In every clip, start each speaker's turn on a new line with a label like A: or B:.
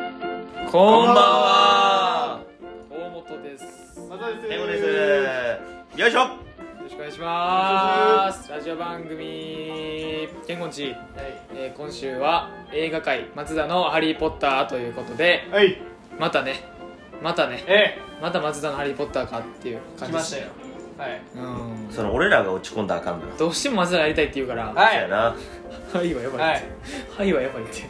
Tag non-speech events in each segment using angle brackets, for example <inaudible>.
A: こんばんは大本ですよ
B: またです
C: 英語ですよいしょ
A: ろしくお願いしますラジオ番組「健康地
B: はい」
A: えー今週は映画界松田の「ハリー・ポッター」ということで
B: はい
A: またねまたね
B: え
A: また松田の「ハリー・ポッター」かっていう
B: え
A: 感
B: 来
A: じ
B: ましたよはい
A: うん
C: その俺らが落ち込んだらあかんのよ
A: どうしても松田がやりたいって言うから「は
B: はい
C: そうやな
A: はい」はやば
B: はい
A: っ
B: い
A: て「はい」はやばいって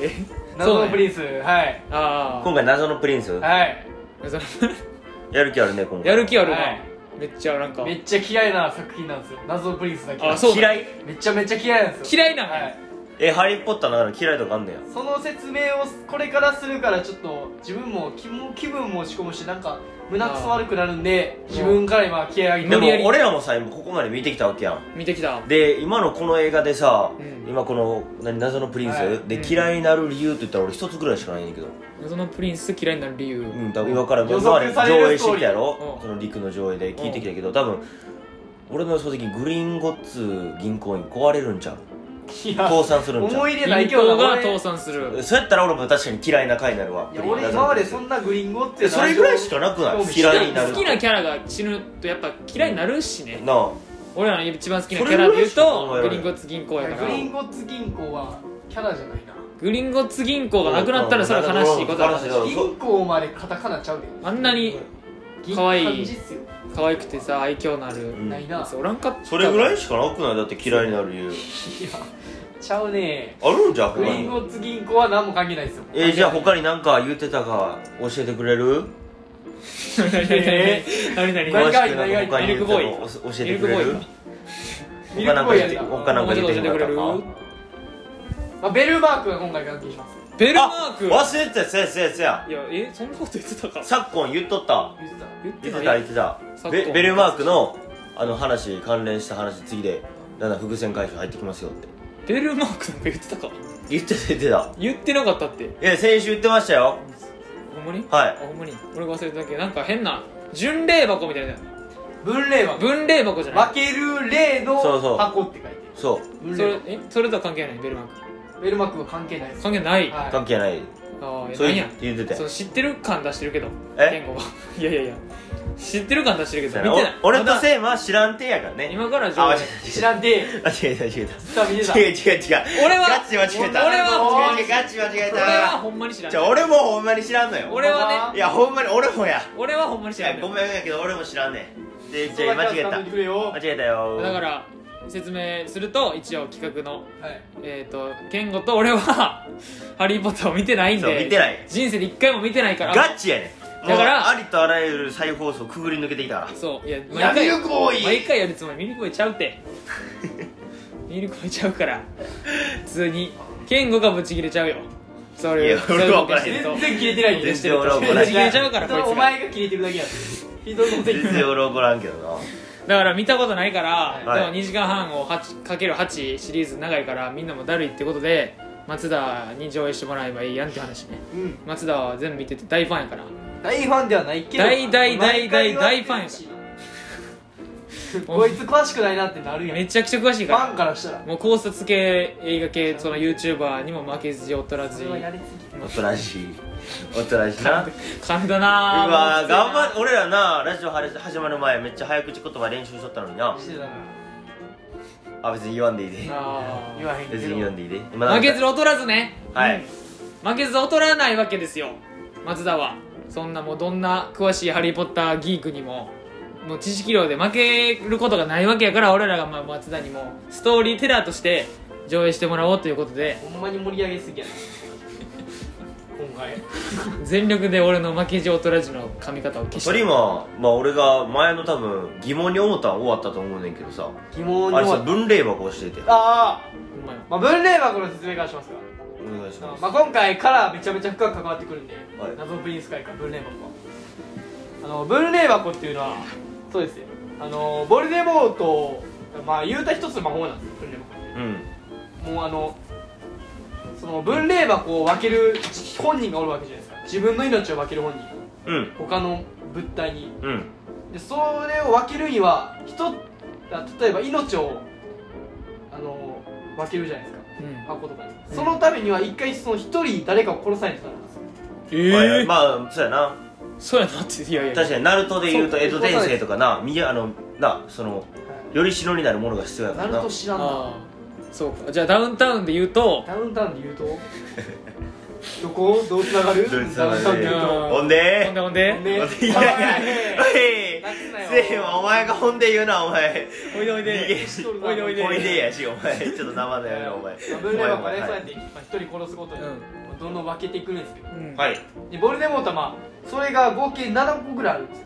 A: え
B: 謎
A: なん
B: の
A: や
B: プリンスはい
A: ああ
C: 今回謎のプリンス
B: はい
C: やる気あるね今回
A: やる気あるわ、
B: はい
A: めっちゃなんか
B: めっちゃ嫌いな作品なんですよ謎のプリンスだけ
A: あそう
C: 嫌い
B: めっちゃめっちゃ嫌いなんですよ
A: 嫌いなの
B: はい
C: えハリー・ポッターの中で嫌いとかあんねや
B: その説明をこれからするからちょっと自分も気も気分も落ち込むしなんか胸くそ悪くなるんで自分から今気合い上
C: で
B: げ
A: 無理や
B: て
A: り
C: も俺らもさ今ここまで見てきたわけやん
A: 見てきた
C: で今のこの映画でさ、
A: うん
C: 今この何謎のプリンス、
B: はい
C: で、
A: うん
C: 嫌いになる理由って言ったら俺一つぐらいしかないんだけど、
A: 謎のプリンス嫌いになる理由、
C: うん、多分今から
B: 予
C: 今
B: 測
C: まで
B: される
C: 上映してきたやろ
A: ス、ト
C: その陸の上映で聞いてきたけど、多分俺の予想的にグリーンゴッツ銀行員壊れるんちゃう
B: いや
C: 倒産するんちゃ
B: 思
C: う
B: い入れない
A: 銀
B: けど
A: 行が
B: な俺
A: 倒産する
C: そうやったら俺も確かに嫌いな回になるわ
B: いや俺今までそ
C: なん
B: なグリンゴって
C: それぐらいしかなくない嫌いになる
A: 好きなキャラが死ぬとやっぱ嫌いになるしね、
C: なあ
A: 俺らの一番好きなキャラで言うと
C: それぐらいしか考えられ
A: グ
C: ない
A: リンゴッツ銀行
B: い
A: や
B: や
A: から
B: グリンゴッツ銀行はキャラじゃないな
A: グリンゴッツ銀行がなくなったらそれは悲しいことだ
C: 悲しいこと
B: 銀行までカタカナちゃうで
A: あんなに
B: 銀
A: 可愛い
B: 漢字っすよ
A: 可愛くてさ愛嬌のあ
C: う
A: る
C: ん
B: ないな
A: やつおらんかった
C: それぐらいしかなくないだって嫌いになる理由
B: いやちゃうね
C: あるんじゃん
B: グリンゴッツ銀行は何も関係ないですよ
C: えー、じゃあ他に何か言ってたか教えてくれる
A: 何何
B: え
A: <laughs> 何何
B: 何
A: 何
B: が
A: 何
B: いい何がいい
C: 他
A: ミ
C: に言ってたの
A: ルクボーイ
C: お教えてく
A: ミ
C: れ
A: ル
C: る
A: クボーイ
B: ミルクボーイやった
C: 他なんか言ってくれる
A: もうちょっと教えて
B: まあ、ベルマークが今回関係します
A: ベルマー
C: あ
A: ク
C: 忘れてたせやせやせや
A: いやえそんなこと言ってたか
C: 昨今言っとった
B: 言ってた
A: 言って
C: 言ったてた
A: ね
C: 言ってた
A: 昨今
C: ベベルマークのあの話関連した話次でだんだん伏線回収入ってきますよって
A: ベルマークなんか言ってたか
C: 言ってた言ってた
A: 言ってなかったって
C: いや先週言ってましたよ
A: ほんまに
C: はい
A: あほんまに俺が忘れただけなんか変な巡礼箱みたいな
B: 分類は
A: 分霊箱じゃない
B: 分ける例の
C: そうそう
B: 箱って書いて
C: そう
A: そ
B: る分類
A: れ
B: 箱
A: えそれとは関係ないベルマーク
B: ベルマークは関係ないです
A: 関係ない、あ
B: はい
C: 関係ない
A: あいや
C: そう
A: 何
C: 言
A: や
C: って言ってて
A: その知ってる感出してるけど
C: え
A: 言語は <laughs> いやいやいや知ってる感出してるけ
C: そう
A: ど
C: やな
A: 見てない
C: お俺
A: ま
C: と
A: だ
C: セイマは知らんてやからね
A: 今から
C: あ
A: 上
C: 間
A: 映
C: 違
B: 知らんで
C: えた違えた違えた
B: 実は見て
C: <laughs>
B: た
C: 違う違う違う
A: 俺は
C: ガチ間違えた
A: 俺は
C: 違う違うガチ間違え
A: 俺は
C: た
A: ほんまに知ら
C: じゃあ
A: ん
C: 俺もほんまに知らんのよ
A: 俺はね
C: いやほんまに俺もや
A: 俺はほんまに
C: い
A: 知ら
C: や
A: ん
C: ご
A: よ
C: めんやけど俺も知らんねんでじゃあ間違えた
B: たくれよは
C: 間違えたよ
A: だから説明すると一応企画の
B: い
A: えっ、ー、と健吾と俺は <laughs> ハリー・ポッターを見てないん
C: そう
A: で
C: 見てない
A: 人生で一回も見てないから
C: ガチやねん
A: だから
C: もうありとあらゆる再放送くぐり抜けてきたか
A: そういや
B: やめる行為
A: 毎回やるつもりミルクボーイちゃうってミルクボーイちゃうから普通にケンゴがブチギレちゃうよそ
C: い
A: れ
C: や
A: そういう
C: 俺は
A: ボケしてると
B: 全然切れてない
C: 全然俺は怒ら
A: ブ
C: ない
A: チギレちゃうからこい
B: お
A: つが
B: 前が切れてるだけやひどい
C: ら
B: こと言って
C: 全然俺怒らんけどな
A: だから見たことないから、
B: はい
A: でも2時間半を8かける8シリーズ長いからみんなもだるいってことで松田に上映してもらえばいいやんって話ね
B: うん
A: 松田は全部見てて大ファンやから
B: 大ファンではないけど
A: 大大大大
B: 毎回
A: 大ファンや
B: はこいつ詳しくないなってなるやん
A: め
B: フ
A: ちゃくちゃ詳しいから
B: ァンからしたら
A: もう考察系映画系その YouTuber にも負けず劣ら
B: そ
A: ず
B: れはやりす
C: おとなしいおとなしいなう
A: 神田な
C: わー頑張
A: っ
C: っ俺らなラジオ始まる前めっちゃ早口言葉練習しとったのにな
B: ぎしてたな
C: あ別に言わんでいいで
A: あ
B: 言わへんけ
C: 別に
B: ど
C: 言わんでいいで今なん
A: 負け
C: か
A: ず劣らずね
C: はい
A: 負けず劣らないわけですよ松田はそんなもうどんな詳しい「ハリー・ポッター」ギークにももう知識量で負けることがないわけやから俺らがまあ松田にもストーリーテラーとして上映してもらおうということで
B: ほんまに盛り上げすぎやな今回
A: 全力で俺の負けず劣らずの髪型を消し
C: そ
A: て
C: れ今まあ俺が前の多分疑問に思ったん終わったと思うねんけどさ
B: 疑問に
C: あれさ
B: 思った
C: 分類箱教えて
B: ああ
A: ほんまよ
B: まあ分類箱の説明からしますか
C: お願いします
B: まあ、今回からめちゃめちゃ深く関わってくるんで、
C: はい
B: 謎のプリンス会から分霊箱あの分霊箱っていうのはそうですよあのボルデモートまあ言うた一つの魔法なんですよ分霊
C: うん
B: 箱もうあのその分霊箱を分ける本人がおるわけじゃないですか自分の命を分ける本人
C: うん
B: 他の物体に
C: うん
B: でそれを分けるには人例えば命をあの分けるじゃないですか
A: うん
B: 箱とかにそのためには一回その一人誰かを殺さないとダメなんですよ
A: えええ
C: はいまあそうやな
A: そうやなっていやいや
C: 確かにナルトで言うと
B: そう
C: 江戸伝生とかなみやあのなそのよりしのになるものが必要やか
B: ナ
C: ら
B: ル
C: な
B: ト知らんな
A: ああそうかじゃあダウンタウンで言うと
B: ダウンタウンで言うとどこどうつながる
C: どうつなが
B: ダウ
C: る
B: ンタウンで言う
A: あ
B: と
C: ほん
A: ほんで
C: で
A: ほんで
B: ね
C: ほんでいやいやおい
B: 泣くなよ
C: せえはお前がほんで言うなお前
A: おいでおい
C: 逃げ
A: で
C: し
A: おいでおいで
C: おいでやしお前ちょっと生だよお前
B: ブルーレイはこれ
C: お
B: そうや
C: 前
B: ってまあ一人殺すごとに
A: うん
B: どんどん分けていくんですけど
A: うん
C: はい
B: でボルデモートはまあそれが合計7個ぐらいあるんですよ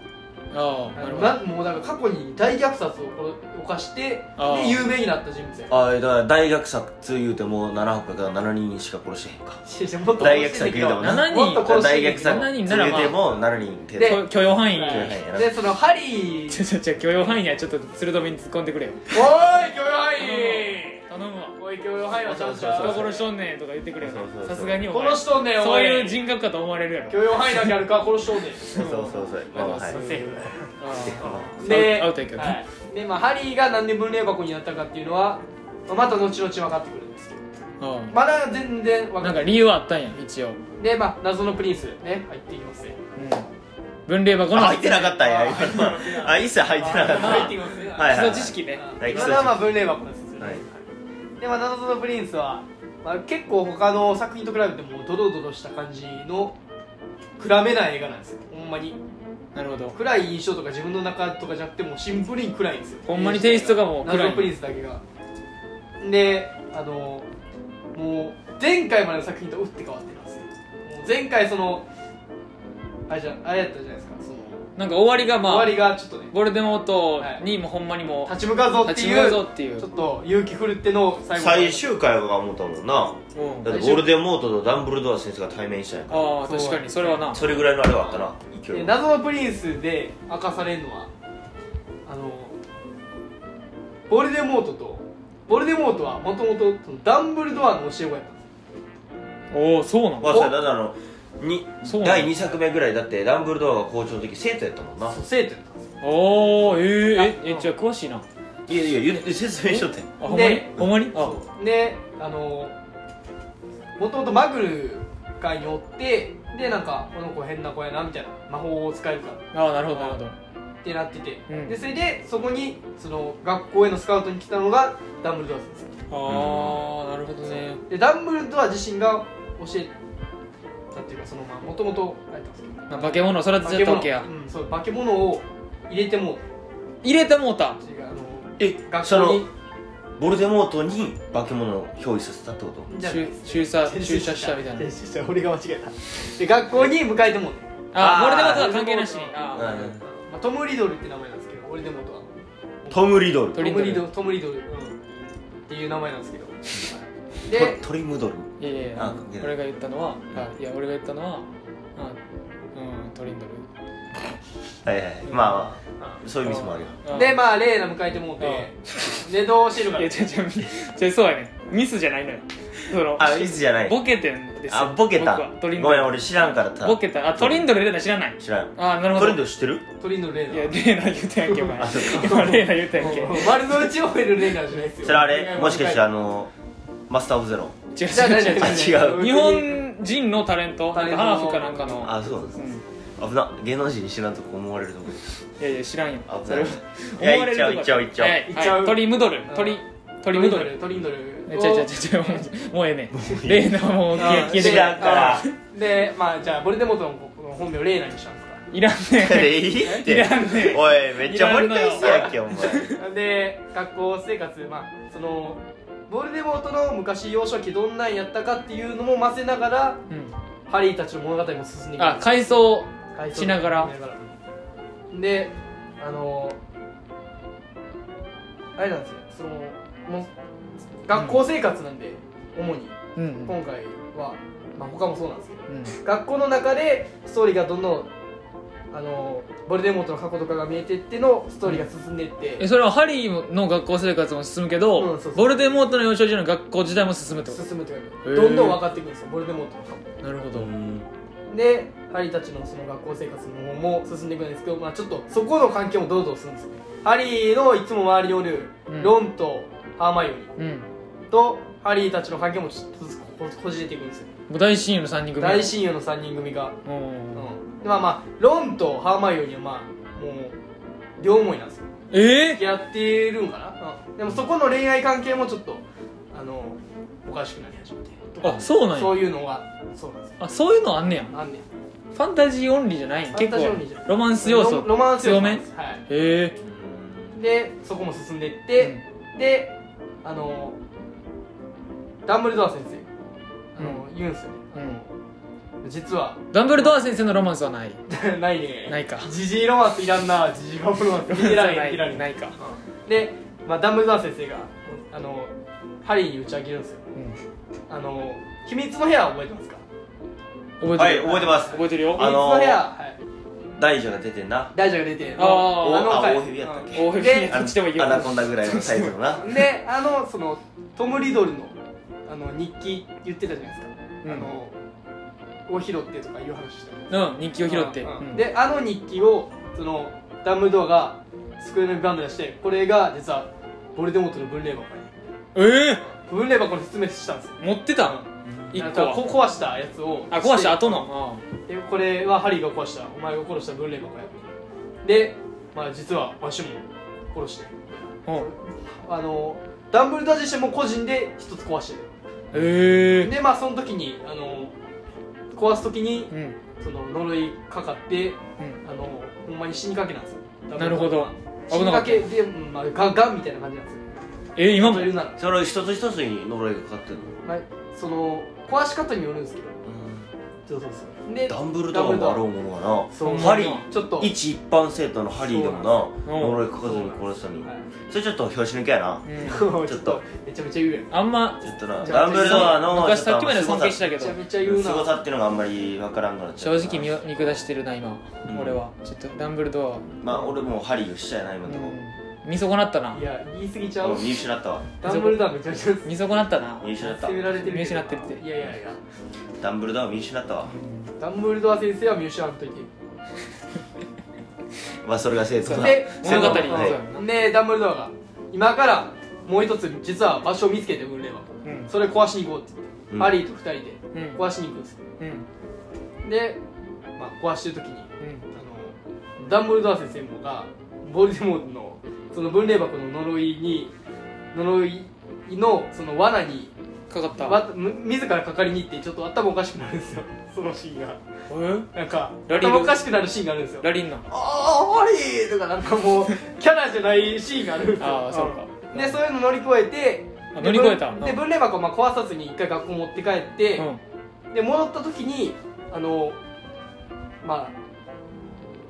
A: ああなるほど
B: なもうだから過去に大虐殺を犯して
A: あー
B: で有名になった人物や
C: あだから大学作言うてもう7億から7人しか殺してへんか
B: いやもっと
C: 大虐殺言うても
B: も
C: な
A: 7
B: もっと
A: 人
B: 殺して
C: 大
B: いい
C: 学
B: けど
C: 作
A: 7人なら
C: 言う
A: まあ
C: ても7人手
B: で
C: で
A: 許容範囲
B: はい
C: はいやな
B: でそのハリ
A: ち
B: ー
A: ょちょちょ許容範囲にはちょっと鋭めに突っ込んでくれよ
B: おい許容範囲
A: 頼むわ
B: おい許容範囲はちゃんと
A: 人
C: そう
A: 殺しとんねんとか言ってくれよ
C: そうそうそう
A: さすがにお前
B: 殺しとんねんおい
A: そういう人格かと思われるやろ
B: 許容範囲だけあるから殺しとんねん
C: そうそうそうまあまあはい
A: そう
B: セーフだよ
A: ああ
B: で
A: アウトやけど
B: は
A: ね
B: い、でまあハリーがなんで分霊箱になったかっていうのはまあまた後々分かってくるんですけど
A: あ
B: まだ全然分
A: あな
B: か
A: ん
B: んな
A: か
B: い
A: 理由はあったんや一応
B: でまあ謎のプリンスね入っていきますね
A: うん分類箱の
C: あ入ってなかったんや今のあ一切入ってなかっ
B: <laughs> 入ってきますね
C: はい
A: 基礎知識ね
C: はい
B: 今のはまあ分霊箱の説明、
C: はい
B: でまあ謎のプリンスは、まあ、結構他の作品と比べてもドロドロした感じの暗めな映画なんですよほんまに
A: なるほど
B: 暗い印象とか自分の中とかじゃなくてもうシンプルに暗いんですよ
A: ほんまにテイストがもう暗い
B: 謎のプリンスだけがであのもう前回までの作品と打って変わってますよもう前回そのあれじゃあれやったじゃないですかその、
A: なんか終わりがまあ
B: 終わりがちょっとね
A: ボルデモートにもうほんまにも
B: 立ち向かうぞ
A: う
B: って
A: 立ち向
B: い
A: か
B: う
A: うぞっていう
B: ちょっと勇気振るっての
C: た
B: 最後
C: 最終回は思ったもんな
A: うん
C: だってゴールデンモートとダンブルドア先生が対面したんやか
A: ああ確かにそれはな
C: らそれぐらいのあれはあったな勢
B: で
C: いは
B: 謎のプリンスで明かされるのはあのボルデモートとボルデモートはもともとダンブルドアの教え子やったんですよ
A: おおそうな
C: まあ
A: の
C: それだってあのに
A: そうなんだ
C: 第2作目ぐらいだってダンブルドアが校長の時生徒やったもんな
B: そう生徒やったんですよ
A: おおえーえ
B: あ
A: えじゃあ詳しいなあ
C: いやいや言って説明しとって
A: ほんまに
B: で
A: ほんまにあ
B: であのもともとマグル会におってでなんかこの子変な子やなみたいな魔法を使えるから
A: ああなるほどなるほど
B: ってなってて、
A: うん
B: でそれでそこにその学校へのスカウトに来たのがダンブルドア先生
A: ああなるほどね
B: でダンブルドア自身が教えたっていうかそのまあもともとあれだったんですけど
A: まあ化け物を育てちゃったわけや
B: 物、うん、そう化け物を入れても
A: 入れたもうた
B: っていうかあの
C: え
B: 学
C: そ
B: 校
C: の
B: に
C: ボルデモートに化け物を憑依させたってこと
B: じゃ
A: 注注射注射したみ
B: <laughs>
A: たいな
B: 注射した俺が間違えたで学校に迎えてもうて
A: あ
C: あー
A: ボルデモートは関係なしに
C: う
A: あ
C: ん
B: まあ、トム・リドルって名前なんですけど俺でもとは
C: トム・リドル
A: ト
B: ト
A: リ
B: ム・リド
A: ト
B: ルトム・リドル、うん、っていう名前なんですけどはいで
C: トトリムドル
A: ーいやいや
C: あ関係ない
A: 俺が言ったのはあいや俺が言ったのはうんうんトリンドル
C: はいはいはいま
B: あ
C: あそういうミスもあるよ
A: あ
B: でまあレイナ迎えてもうて寝堂シルバ
A: い
B: ー
A: や違う違う違うそうやねミスじゃないのよその
C: あミスじゃない
A: ボケてんですよ
C: あボケた
A: 僕はト
C: ご
A: リン
C: めん
A: ドル
C: 俺知らんからた
A: ボケたあトリンドルレーナ知らない
C: 知らん
A: あなるほど
C: トリンドル知ってる
B: トリンドルレイナ
A: いやレーナ言うたやんけお前 <laughs> 今レーナ言うたやんけ
B: 丸の内を得るレイナじゃないですよ
C: それあれもしかしてあのマスター・オブ・ゼロ
A: 違
B: じゃあ
A: う違う違う違う
C: あ違う
A: 日本人のタレント
B: タレントの
A: ハーフかなんかの
C: あそうなんです
A: うん
C: 危な芸能人に知らんとこ思われると思う
A: いやいや知らんよ
C: 危ない
A: それは思われ
C: いや
A: る
C: いっ
A: と
C: ちゃ
A: こ
C: おういっちゃおう
A: はい
B: っちゃおう
A: はい鳥ムドル
B: うん
A: 鳥
B: ト
A: 鳥
B: リ
A: ム
B: ン
A: ド
B: ド
A: ル
B: ルトリンドル
A: え違う違う違う違うもうええねんレーナはもう消え
B: あ
A: 消えてく
C: 知らん
A: れ
C: から
B: でまあじゃあボルデモートの本名をレイナにしたんですか
A: いらんねん
C: でいい
A: <laughs>
C: っ
A: い
C: て
A: らんねん
C: おいめっちゃ掘り返すやんけお前
B: で学校生活まあそのボルデモートの昔幼少期どんなんやったかっていうのも混ぜながら
A: うん
B: ハリーたちの物語も進んでいく
A: あ回想
B: 回想
A: しながら
B: であのあれなんですよそのもう学校生活なんで、主に
A: うんうん
B: 今回は、まあ、他もそうなんですけど
A: うん
B: 学校の中でストーリーがどんどんあのボルデモートの過去とかが見えてってのストーリーが進んでいって、
A: えそれはハリーの学校生活も進むけど、
B: うんそうそう
A: ボルデモートの幼少時の学校時代も進むってこ
B: 進むというか
A: へー
B: どんどん分かっていくんですよボルデモートの過
A: となるほど、
B: 去でハリーたちのその学校生活の方も進んでいくんですけど、まあ、ちょっとそこの関係もどうどうするんですよハリーのいつも周りにおる
A: うん
B: ロンとハーマイオニ
A: うん
B: とハリーたちの関係もちょっとずつこここじれていくんですよ
A: もう大親友の3人組
B: 大親友の3人組が、
A: 友うん
B: うん、でまあまあロンとハーマイオニーはまあもう両思いなんですよ
A: ええ
B: やってるんかな、うんでもそこの恋愛関係もちょっとあのおかしくなり始めてとか
A: あそうなんや
B: そういうのがそうなんですよ
A: あそういうのあんねや
B: あんねん
A: ファンタジーオンリーじゃないん
B: ファン
A: 結
B: タジーオンリーじゃな
A: 構
B: い
A: ロマンス要素
B: ロロマンス要
A: 強
B: 素な
A: め
B: んですはい
A: ええ
B: でそこも進んでいって、であのダンブルドア先生あの、言うんですよね、実は <laughs>
A: ダンブルドア先生のロマンスはない
B: ないね
A: ないか
B: ジジイロマンスいら
A: <laughs>
B: んなジジイロマンスいらないいら
A: な
B: ない
A: いか、
B: で、まあ、ダンブルドア先生があのハリーに打ち明けるんですよ
A: うん、
B: あの秘密の部屋は覚えてますか
A: 覚えてる、
C: はい覚えてます
A: 覚えてるよ
B: 秘密
C: あ
B: の
C: の
B: 部屋、はい、
C: 大女が出て
A: <laughs>
C: んな
B: 大蛇が出て
A: あー
C: あ
B: 回
C: 大蛇やったっけ
B: うん
A: 大蛇
B: で
A: こっちでもいいよ
C: アナコンダぐらいのサイズのな
B: であのそのトム・リドルのあの日記言ってたじゃないですか、
A: うん
B: あのを拾ってとかいう話したの
A: うん日記を拾って、
B: うん
A: うん
B: であの日記をそのダンブルドアが机のガンド出してこれが実はボルデモートの分霊箱に
A: ええ
B: 分霊箱の説明したんですよ
A: 持ってた一
B: なん
A: 個
B: か
A: は
B: こ壊したやつを
A: あ壊した
B: して
A: 後の
B: でこれはハリーが壊したお前が殺した分霊箱やで、まあ、実はわしも殺して
A: うんうん
B: あのダンブルドア自身も個人で一つ壊してる
A: ええ
B: でまあその時にあの壊す時に
A: うん
B: その呪いかかって
A: うん
B: あのほんまに死にかけなんですよ
A: なるほど
B: 死
A: 危なか
B: にか
A: った
B: けで、うんまあ、ガンガンみたいな感じなんですよ
A: え今も
B: 例えるなら、
C: それを一つ一つに呪いがかかってるの
B: まあ、その壊し方によるんですけどそうそうそうで
C: ダンブルドアもあろうもの
B: そ
C: が
B: う
C: なハリー
B: ちょっと
C: 一一般生徒のハリーでもな
A: そうな
C: 呪いかかずに殺したのに
B: はい
C: それちょっと拍子抜けやな
A: うん
B: ちょっとめちゃめちゃ言うやん
A: あんま
C: ちょっとな
B: じゃあ
C: ダンブルドアの
A: 昔
C: ちょ
A: さ
C: っ
A: っき
C: と
A: まで尊敬してたけ
B: め
A: ど
B: ちゃめちゃ言う
C: 凄
B: な
C: さっていうのがあんまりわからんくなっちゃ
A: 正
C: う
A: 直見見下してるな今、
C: うん
A: 俺はちょっとダンブルド
C: まあ俺もうハリーをしちゃいな
A: ア、
C: 今
A: う
C: のとこ
A: ん、見損なったない
B: や言い過ぎちゃ
C: も
B: う
C: う見失ったわ
B: ダンブルドアめちゃめちゃ
A: 見損なったな
C: 見失った
B: 責められてるけど
A: 見失ってるって
B: いやいやいや
C: ダンブルドアを見失ったわ
B: ダンブルドア先生は見失わんといて
C: まあそれが生徒だ
B: で
C: 生
A: 物
C: 徒
A: 語
C: だ
A: に
C: はい
A: そう
B: でダンブルドアが今からもう一つ実は場所を見つけて分霊箱
A: うん
B: それ壊しに行こうって言って、
C: うん
B: ハリーと二人で
A: うん
B: 壊しに行くんですよ
A: うん
B: で、まあ、壊してる時にあ
A: うん
B: のダンブルドア先生もがボルデモートのその分霊箱の呪いに呪いのその罠に
A: かかった
B: わむ自らかかりに行ってちょっと頭おかしくなるんですよそのシーンが
A: え
B: なんか
A: ラリル
B: 頭おかしくなるシーンがあるんですよ
A: ラリンの
B: ああハリーとかなん
A: <laughs>
B: かもうキャラじゃないシーンがあるんですよ
A: ああそうか
B: でそういうの乗り越えて
A: あ
B: で
A: 乗り越えた
B: ぶん
A: うん
B: で分霊箱をまあ壊さずに一回学校持って帰って、
A: うん
B: で戻った時にあのまあ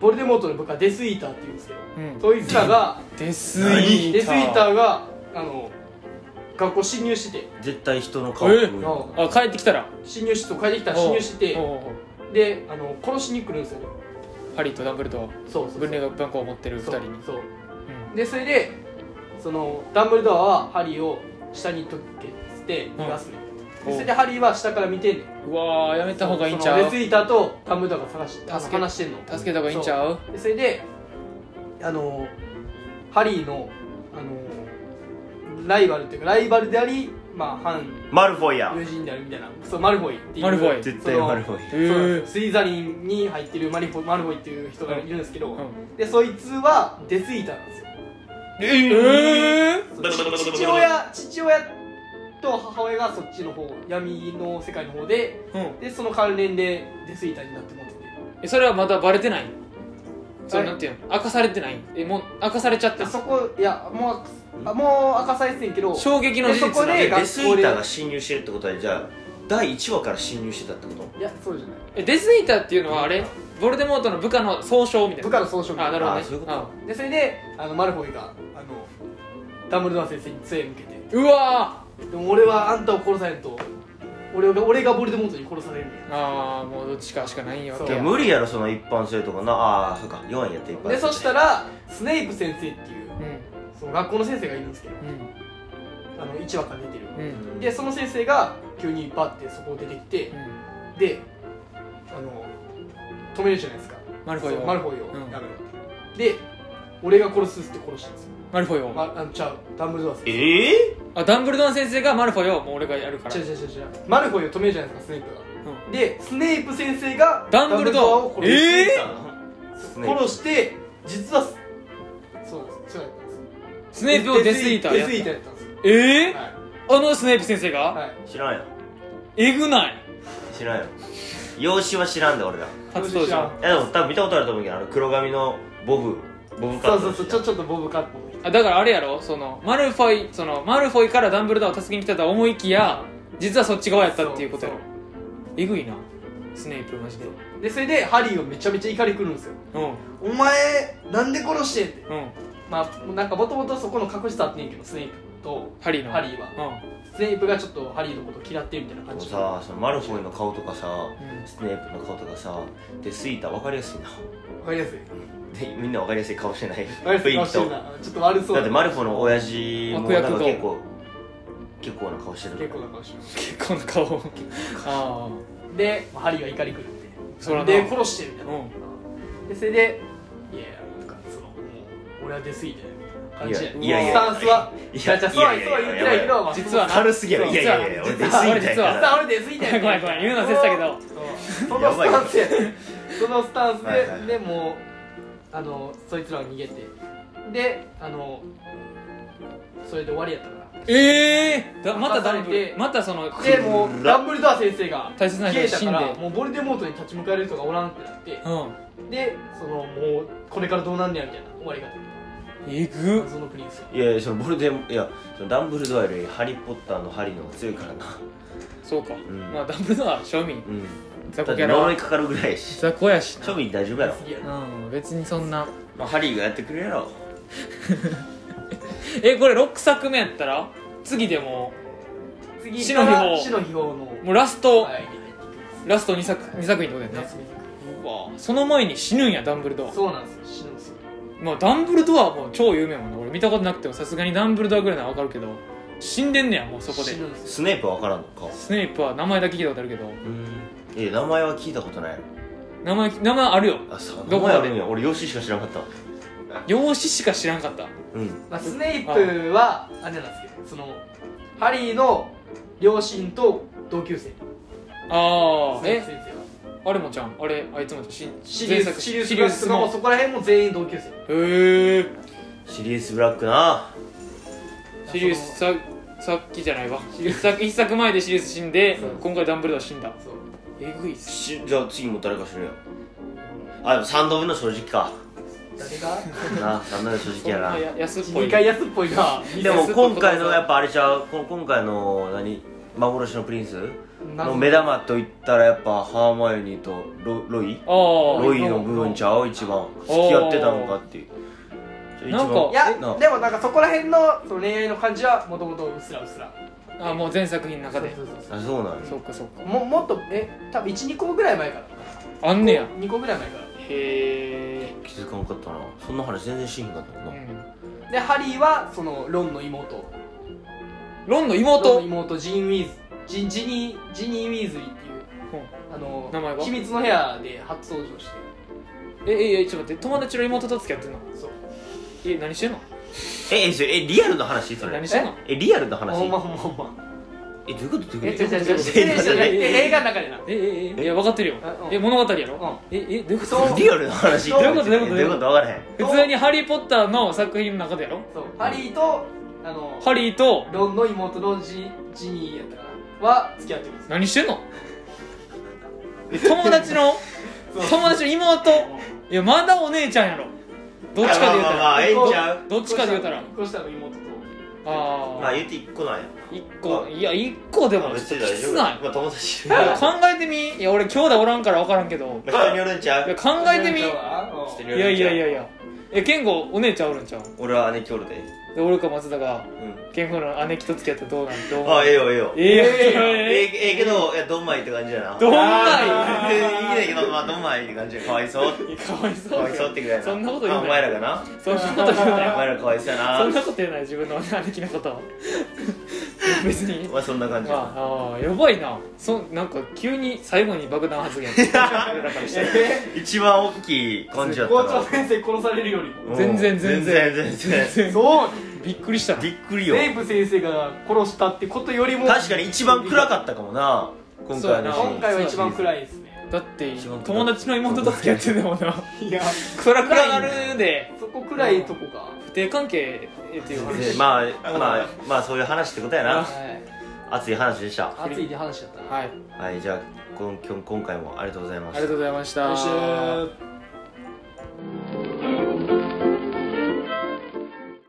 B: ボルデモートの部下デスイーターっていうんですけど
A: うん
B: そいつらが
A: デスイ
C: 何
B: デ
A: ー
B: スイ
A: ター
B: ーターがあの学校侵入してて
C: 絶対人の顔
A: え
C: こういう
B: あ
C: の
A: あ帰ってきたら
B: 侵入してそう帰ってきたら侵入して
A: おう
B: て
A: おうおう
B: であの殺しに来るんですよね
A: ハリーとダンブルと
B: そうそうそう
A: 分霊学校を持ってる二
B: そ
A: 人
B: う
A: にうん
B: そうでそれでそのダンブルドアはハリーを下に解けっつって逃がすね、
A: うん
B: でそれでハリーは下から見てんねん
A: うわーやめた方がいいんちゃ
B: そうのレスイーターとダンブルドアが探しあの
A: 助け
B: 話してんの
A: 助けた方がいいんちゃう
B: でそれであのハリーのあのライバルっていうかライバルでありまあ反
C: マルフォイや
B: 友人であるみたいなそうマルフォイっていう
A: マルフォイ
C: 絶対マルフォイ
A: へ
B: そのそうなん
A: え
B: ですスイザリンに入ってるマリフォマルフォイっていう人がいるんですけ
A: う
B: ど、
A: ん
B: でそいつはデスイーターなんですよ
A: えー
B: そう父親父親と母親がそっちの方闇の世界の方で
A: うん
B: でその関連でデスイーターになってもらってて
A: えそれはまだバレてないそれ
B: はい
A: なんていうの明かされてないえもう明かされちゃった
B: でそこいやもうあもう明かされてんけど
A: 衝撃の事
B: でそこ
A: 実な
B: で
C: デスイーターが侵入してるってことはじゃあ第1話から侵入してたってこと
B: いやそうじゃない
A: えデスイーターっていうのはあれボルデモートの部下の総称みたい
B: 部
A: な
B: 下の総称
A: あなるほどね
C: あそういうこと
A: あ
B: でそれであのマルフォイがあのダンブルドア先生に杖向けて
A: うわ
B: でも俺はあんたを殺されんと俺が俺がボルデモートに殺されるん
A: ーああもうどっちかしかないわ
B: そう
A: け
C: いや
A: や
C: 無理やろその一般生徒がなああそうか4位やって一般
B: やでそした
C: ら
B: らスネイプ先生っていう
A: うん
B: その学校の先生がいるんですけど
A: うん
B: あの1話から出てる
A: うん
B: でその先生が急にバッてそこを出てきて
A: うん
B: であの止めるじゃないですか
A: マルフォイ
B: そう
A: を
B: マルフォイを
A: うん
B: やめろで俺が殺すっつって殺したんですよ
A: マルフォイを
B: まあのちゃうダンブルドア先生
C: え
A: あダンブルドア先生がマルフォイをもう俺がやるから
B: 違う違う違う違うマルフォイを止めるじゃないですかスネープがでスネープ先生が
A: ダンブルドア
B: ダを殺す
A: え
C: スネープ
B: 殺して実はそうなんですそうやったんです
A: スネープをデスイーター
B: デ
A: やっ
B: スイータ
A: た
B: ーやったんですよ
A: えー
B: は
A: あのスネープ先生が、
B: い、はい、
C: 知らんやん
A: えぐない
C: 知らんやん容姿は知らんで俺らい
A: 初登場
C: やでも多分見たことあると思うけどあの黒髪のボブボブカ
B: そ
C: ットの
B: うそう
C: 人
B: そうちょちょっとボブカットの人
A: あだからあれやろそのマルフォイそのマルフォイからダンブルドアを助けに来たとは思いきや実はそっち側やったっていうことやろ
B: そ
A: えぐいなスネープマジで
B: うでそれでハリーをめちゃめちゃ怒りくるんですよ
A: うんうん
B: お前なんで殺してんってまあなんかもともとそこの隠したってんけどスネープと
A: ハリーの
B: ハリーはスネープがちょっとハリーのこと嫌ってるみたいな
C: で
B: 感
C: も
B: じ
C: さそのマルフォイの顔とかさ
A: うん、うん、
C: スネープの顔とかさデスイーター分かりやすいな
B: わかりやすい
C: でみんな分かりやすい顔してない
B: わかりやすい
C: 雰
B: 顔
C: 囲気
B: してる
C: と
B: なちょっと悪そう
C: だってマルフォの親父も
A: 悪
C: な
A: 役
C: んか
A: と
C: 結構結構な顔してる
B: 結構な顔してる
A: 結構な顔あ
B: で、まあ、ハリーは怒り狂って
A: そらな
B: で殺してるみたいな、でそれでいやいやなんかそのもう俺は出過ぎてみたいな感じで
A: いやいやいや
B: スタンスはいじゃ
C: や
B: あじゃあそうはい
C: や
B: そうは言ってないけ
C: や
B: ど、
C: ば
B: まあ、
A: 実はな
C: 軽すぎやろいやいやいや
A: 実
C: 俺
A: は
C: デスイーター
A: 実
C: やか
B: さ
C: ら
B: あ俺出過ぎて
A: ごめんごめん言うのせっしたけど
B: そうそのスタンスやそのスタンスで、
C: はいはい
B: でもうあのそいつらは逃げてであのそれで終わりやったから
A: ええー、だまた
B: 任さ
A: ダ
B: れ
A: ンブ
B: て
A: ルまたその
B: でもう
C: 暗
B: ダンブルドア先生が
A: 大切な人
B: 消
A: が
B: え
A: 死ん
B: た
A: で
B: からもうボルデモートに立ち向かえる人がおらんってなって
A: うん
B: でそのもうこれからどうなんねやみたいな終わりが
A: えぐ
B: 謎のプリンスが
C: いやいやそのボルデンいやそのダンブルドアよりハリー・ポッターのハリーの方が強いからな
A: そうか、
C: ん
A: まあダンブルドア庶民
C: うん
A: 雑魚
C: だっ
A: キャ
C: て
A: ラ
C: 呪
A: はい
C: かかるぐらいやし
A: 雑魚やし
C: 庶民大丈夫やろ、
B: 次やな
A: なうん別にそんな
C: まあ、ハリーがやってくれるやろ
A: えこれ6作目やったら次でも
B: 次
A: 死の秘宝
B: 死の秘宝の
A: うもうラスト、
B: はい
A: ラスト2作二作品ってことだよね
B: 夏目さ
A: うわその前に死ぬんやダンブルド
B: ん
A: ア
B: そうなんですよ死ぬんですよ
A: まあダンブルドアはもう超有名やもんな俺見たことなくてもさすがにダンブルドアぐらいならわかるけど死んでんねやもうそこで
B: 死ぬんですよ
C: スネープは分からんのか
A: スネープは名前だけ聞いたことあるけど
C: うんいや名前は聞いたことない
A: 名前名前あるよ
C: あそう名
A: どこ
C: 前
A: だ
C: あるんや俺ヨッシーしか知らなかったわ
A: 養子しか知らんかった
C: うん
B: まあスネイプはあれなんですけどそのハリーの両親と同級生
A: ああ
B: スネイプ
A: え
B: 先生は
A: あれもちゃんあれあいつもちゃんし
B: シリ
A: 前
B: ウス
A: 作
B: シリウ
A: シ
B: ス
A: リ
B: ブ
A: ウ
B: ラ
A: ス
B: スの
A: の
B: そこら辺も全員同級生
A: へえ
C: シリウス・ブラックな
A: シリウスささっきじゃないわ一作一作前でシリウス死んで
B: そう
A: 今回ダンブルドア死んだ
B: そう
A: えぐいっす
C: しじゃあ次も誰か知るやんあでも3度目の正直か
B: 誰
A: <laughs>
B: が
C: な3度目の正直やな
A: そんや安っぽ
B: 二
A: い
B: 回安っぽいな
C: でも今回のやっぱあれちゃうこの今回の何幻のプリンスの目玉といったらやっぱハーマイオニーとロロイ
A: ああ
C: ロイの部分ちゃう一番付き合ってたのかっていう一番
A: なんか
B: いや
C: な
B: でもなんかそこら辺のその恋愛の感じはもともとうっすらうっすら
A: あもう全作品の中で
B: そうそうそう
C: あそうなんや
A: そっかそっか
B: ももっとえ多分12個ぐらい前から
A: あんねや
B: 2個ぐらい前か
A: へえ
C: 気づかんかったなそんな話全然しへんかったもんな、
B: らでハリーはそのロンの妹
A: ロンの
B: ロ
A: 妹
B: ンの妹ジーン・ウィーズジジニージニー・ウィーズリーっていうあの
A: 名前が
B: 秘密の部屋で初登場して
A: えええちょっと待って友達の妹と付き合ってんの
B: そう
A: え何してんの
C: ええそれえリアルな話それ
A: 何してんの
C: えリアルな話
B: ほんまほんまほんま
C: えどういうことどう
B: え
C: い
B: 違
C: うこと
B: う違う違う失礼じゃなくて <laughs> 映画の中でな
A: ええええいや分かってるよ
B: うん
A: え物語や
B: うん
A: ろええどういうこ
B: そう
A: と
C: リアルな話
B: どういう
A: こと
C: どういうこと
A: どう
C: どう
A: い
C: いうう
A: こ
C: こと分からへん
A: 普通にハリー・ポッターの作品の中でやろ
B: そうハリーとあの
A: ハリーと
B: ロンの妹のジジニーやったかなは付き合ってます
A: 何してんのえ友達の友達の妹いやまだお姉ちゃんやろどっちかで言うた
C: まあまあま
A: ら
C: あええんちゃう
A: <laughs> どっちかで言うたら
B: こうしたの妹と
A: あ
C: まあ
A: あ
C: 言って1個なんや
A: 一個いや一個でも
C: まあ
A: き
C: 別に大丈
A: つ
C: 夫
A: ない
C: まあ友達
A: いや考えてみいや俺兄弟おらんから分からんけど
C: まあ人によるんちゃ
A: いや
C: う
A: 考えてみい
B: 人
C: 人
B: に
C: に
A: や
C: よるん
A: い
C: ちゃ
A: や
C: う
A: いやいやえ健吾お姉ちゃんおるんちゃう
C: 俺は姉貴おるで
A: で俺か松田が
C: うん
A: 健吾の姉貴と付き合ってどうなんどう思う
C: あええよええよ
A: ええやん
B: ええやん
A: え
C: え
A: え
C: えええけどいやどんまいって感じやな
A: どん
C: 全
A: な
B: あ
A: い
C: 然いい
B: <laughs>
C: ねんけどまあどんまいって感じやかわいそう
A: いやかわい
C: か
A: そう
C: わいそうってぐらいな
A: そんなこと言う
C: あ
A: な
C: お
A: よ
C: 前らがな
A: そんなこと言うな
C: お前
A: よ
C: らかわいそうや
A: そん
C: な
A: なこと言うなよ自分の姉貴のことを別に
C: まあそんな感じ
A: まああーやばいなそなんか急に最後に爆弾 <laughs> 発言俺らからしたら
C: 一番大きい感じやった
B: 校長
C: ら
B: 先生殺されるよりも
C: うん
A: 全然全然
C: 全然全然
B: そう
A: びっくりしたな
C: びっくりよ
B: ゼイプ先生が殺したってことよりも
C: 確かに一番暗かったかもな今
A: そうや
C: 回
A: な
C: のシーン
B: 今回は一番暗いですね
A: だって
C: 一番暗い
A: 友達の妹と付き合ってんだもんな
B: いや
A: そら暗なるで
B: そこ暗いとこか
A: 不定関係っていう
C: で
A: 話
C: まあまあまあそういう話ってことやな
B: はい
C: 熱い話でした
B: 熱いで話だったな
A: はいあり
C: はいじゃあこん今日今回もありがとうございまし
A: がと
C: た
A: うございました
B: よいしょー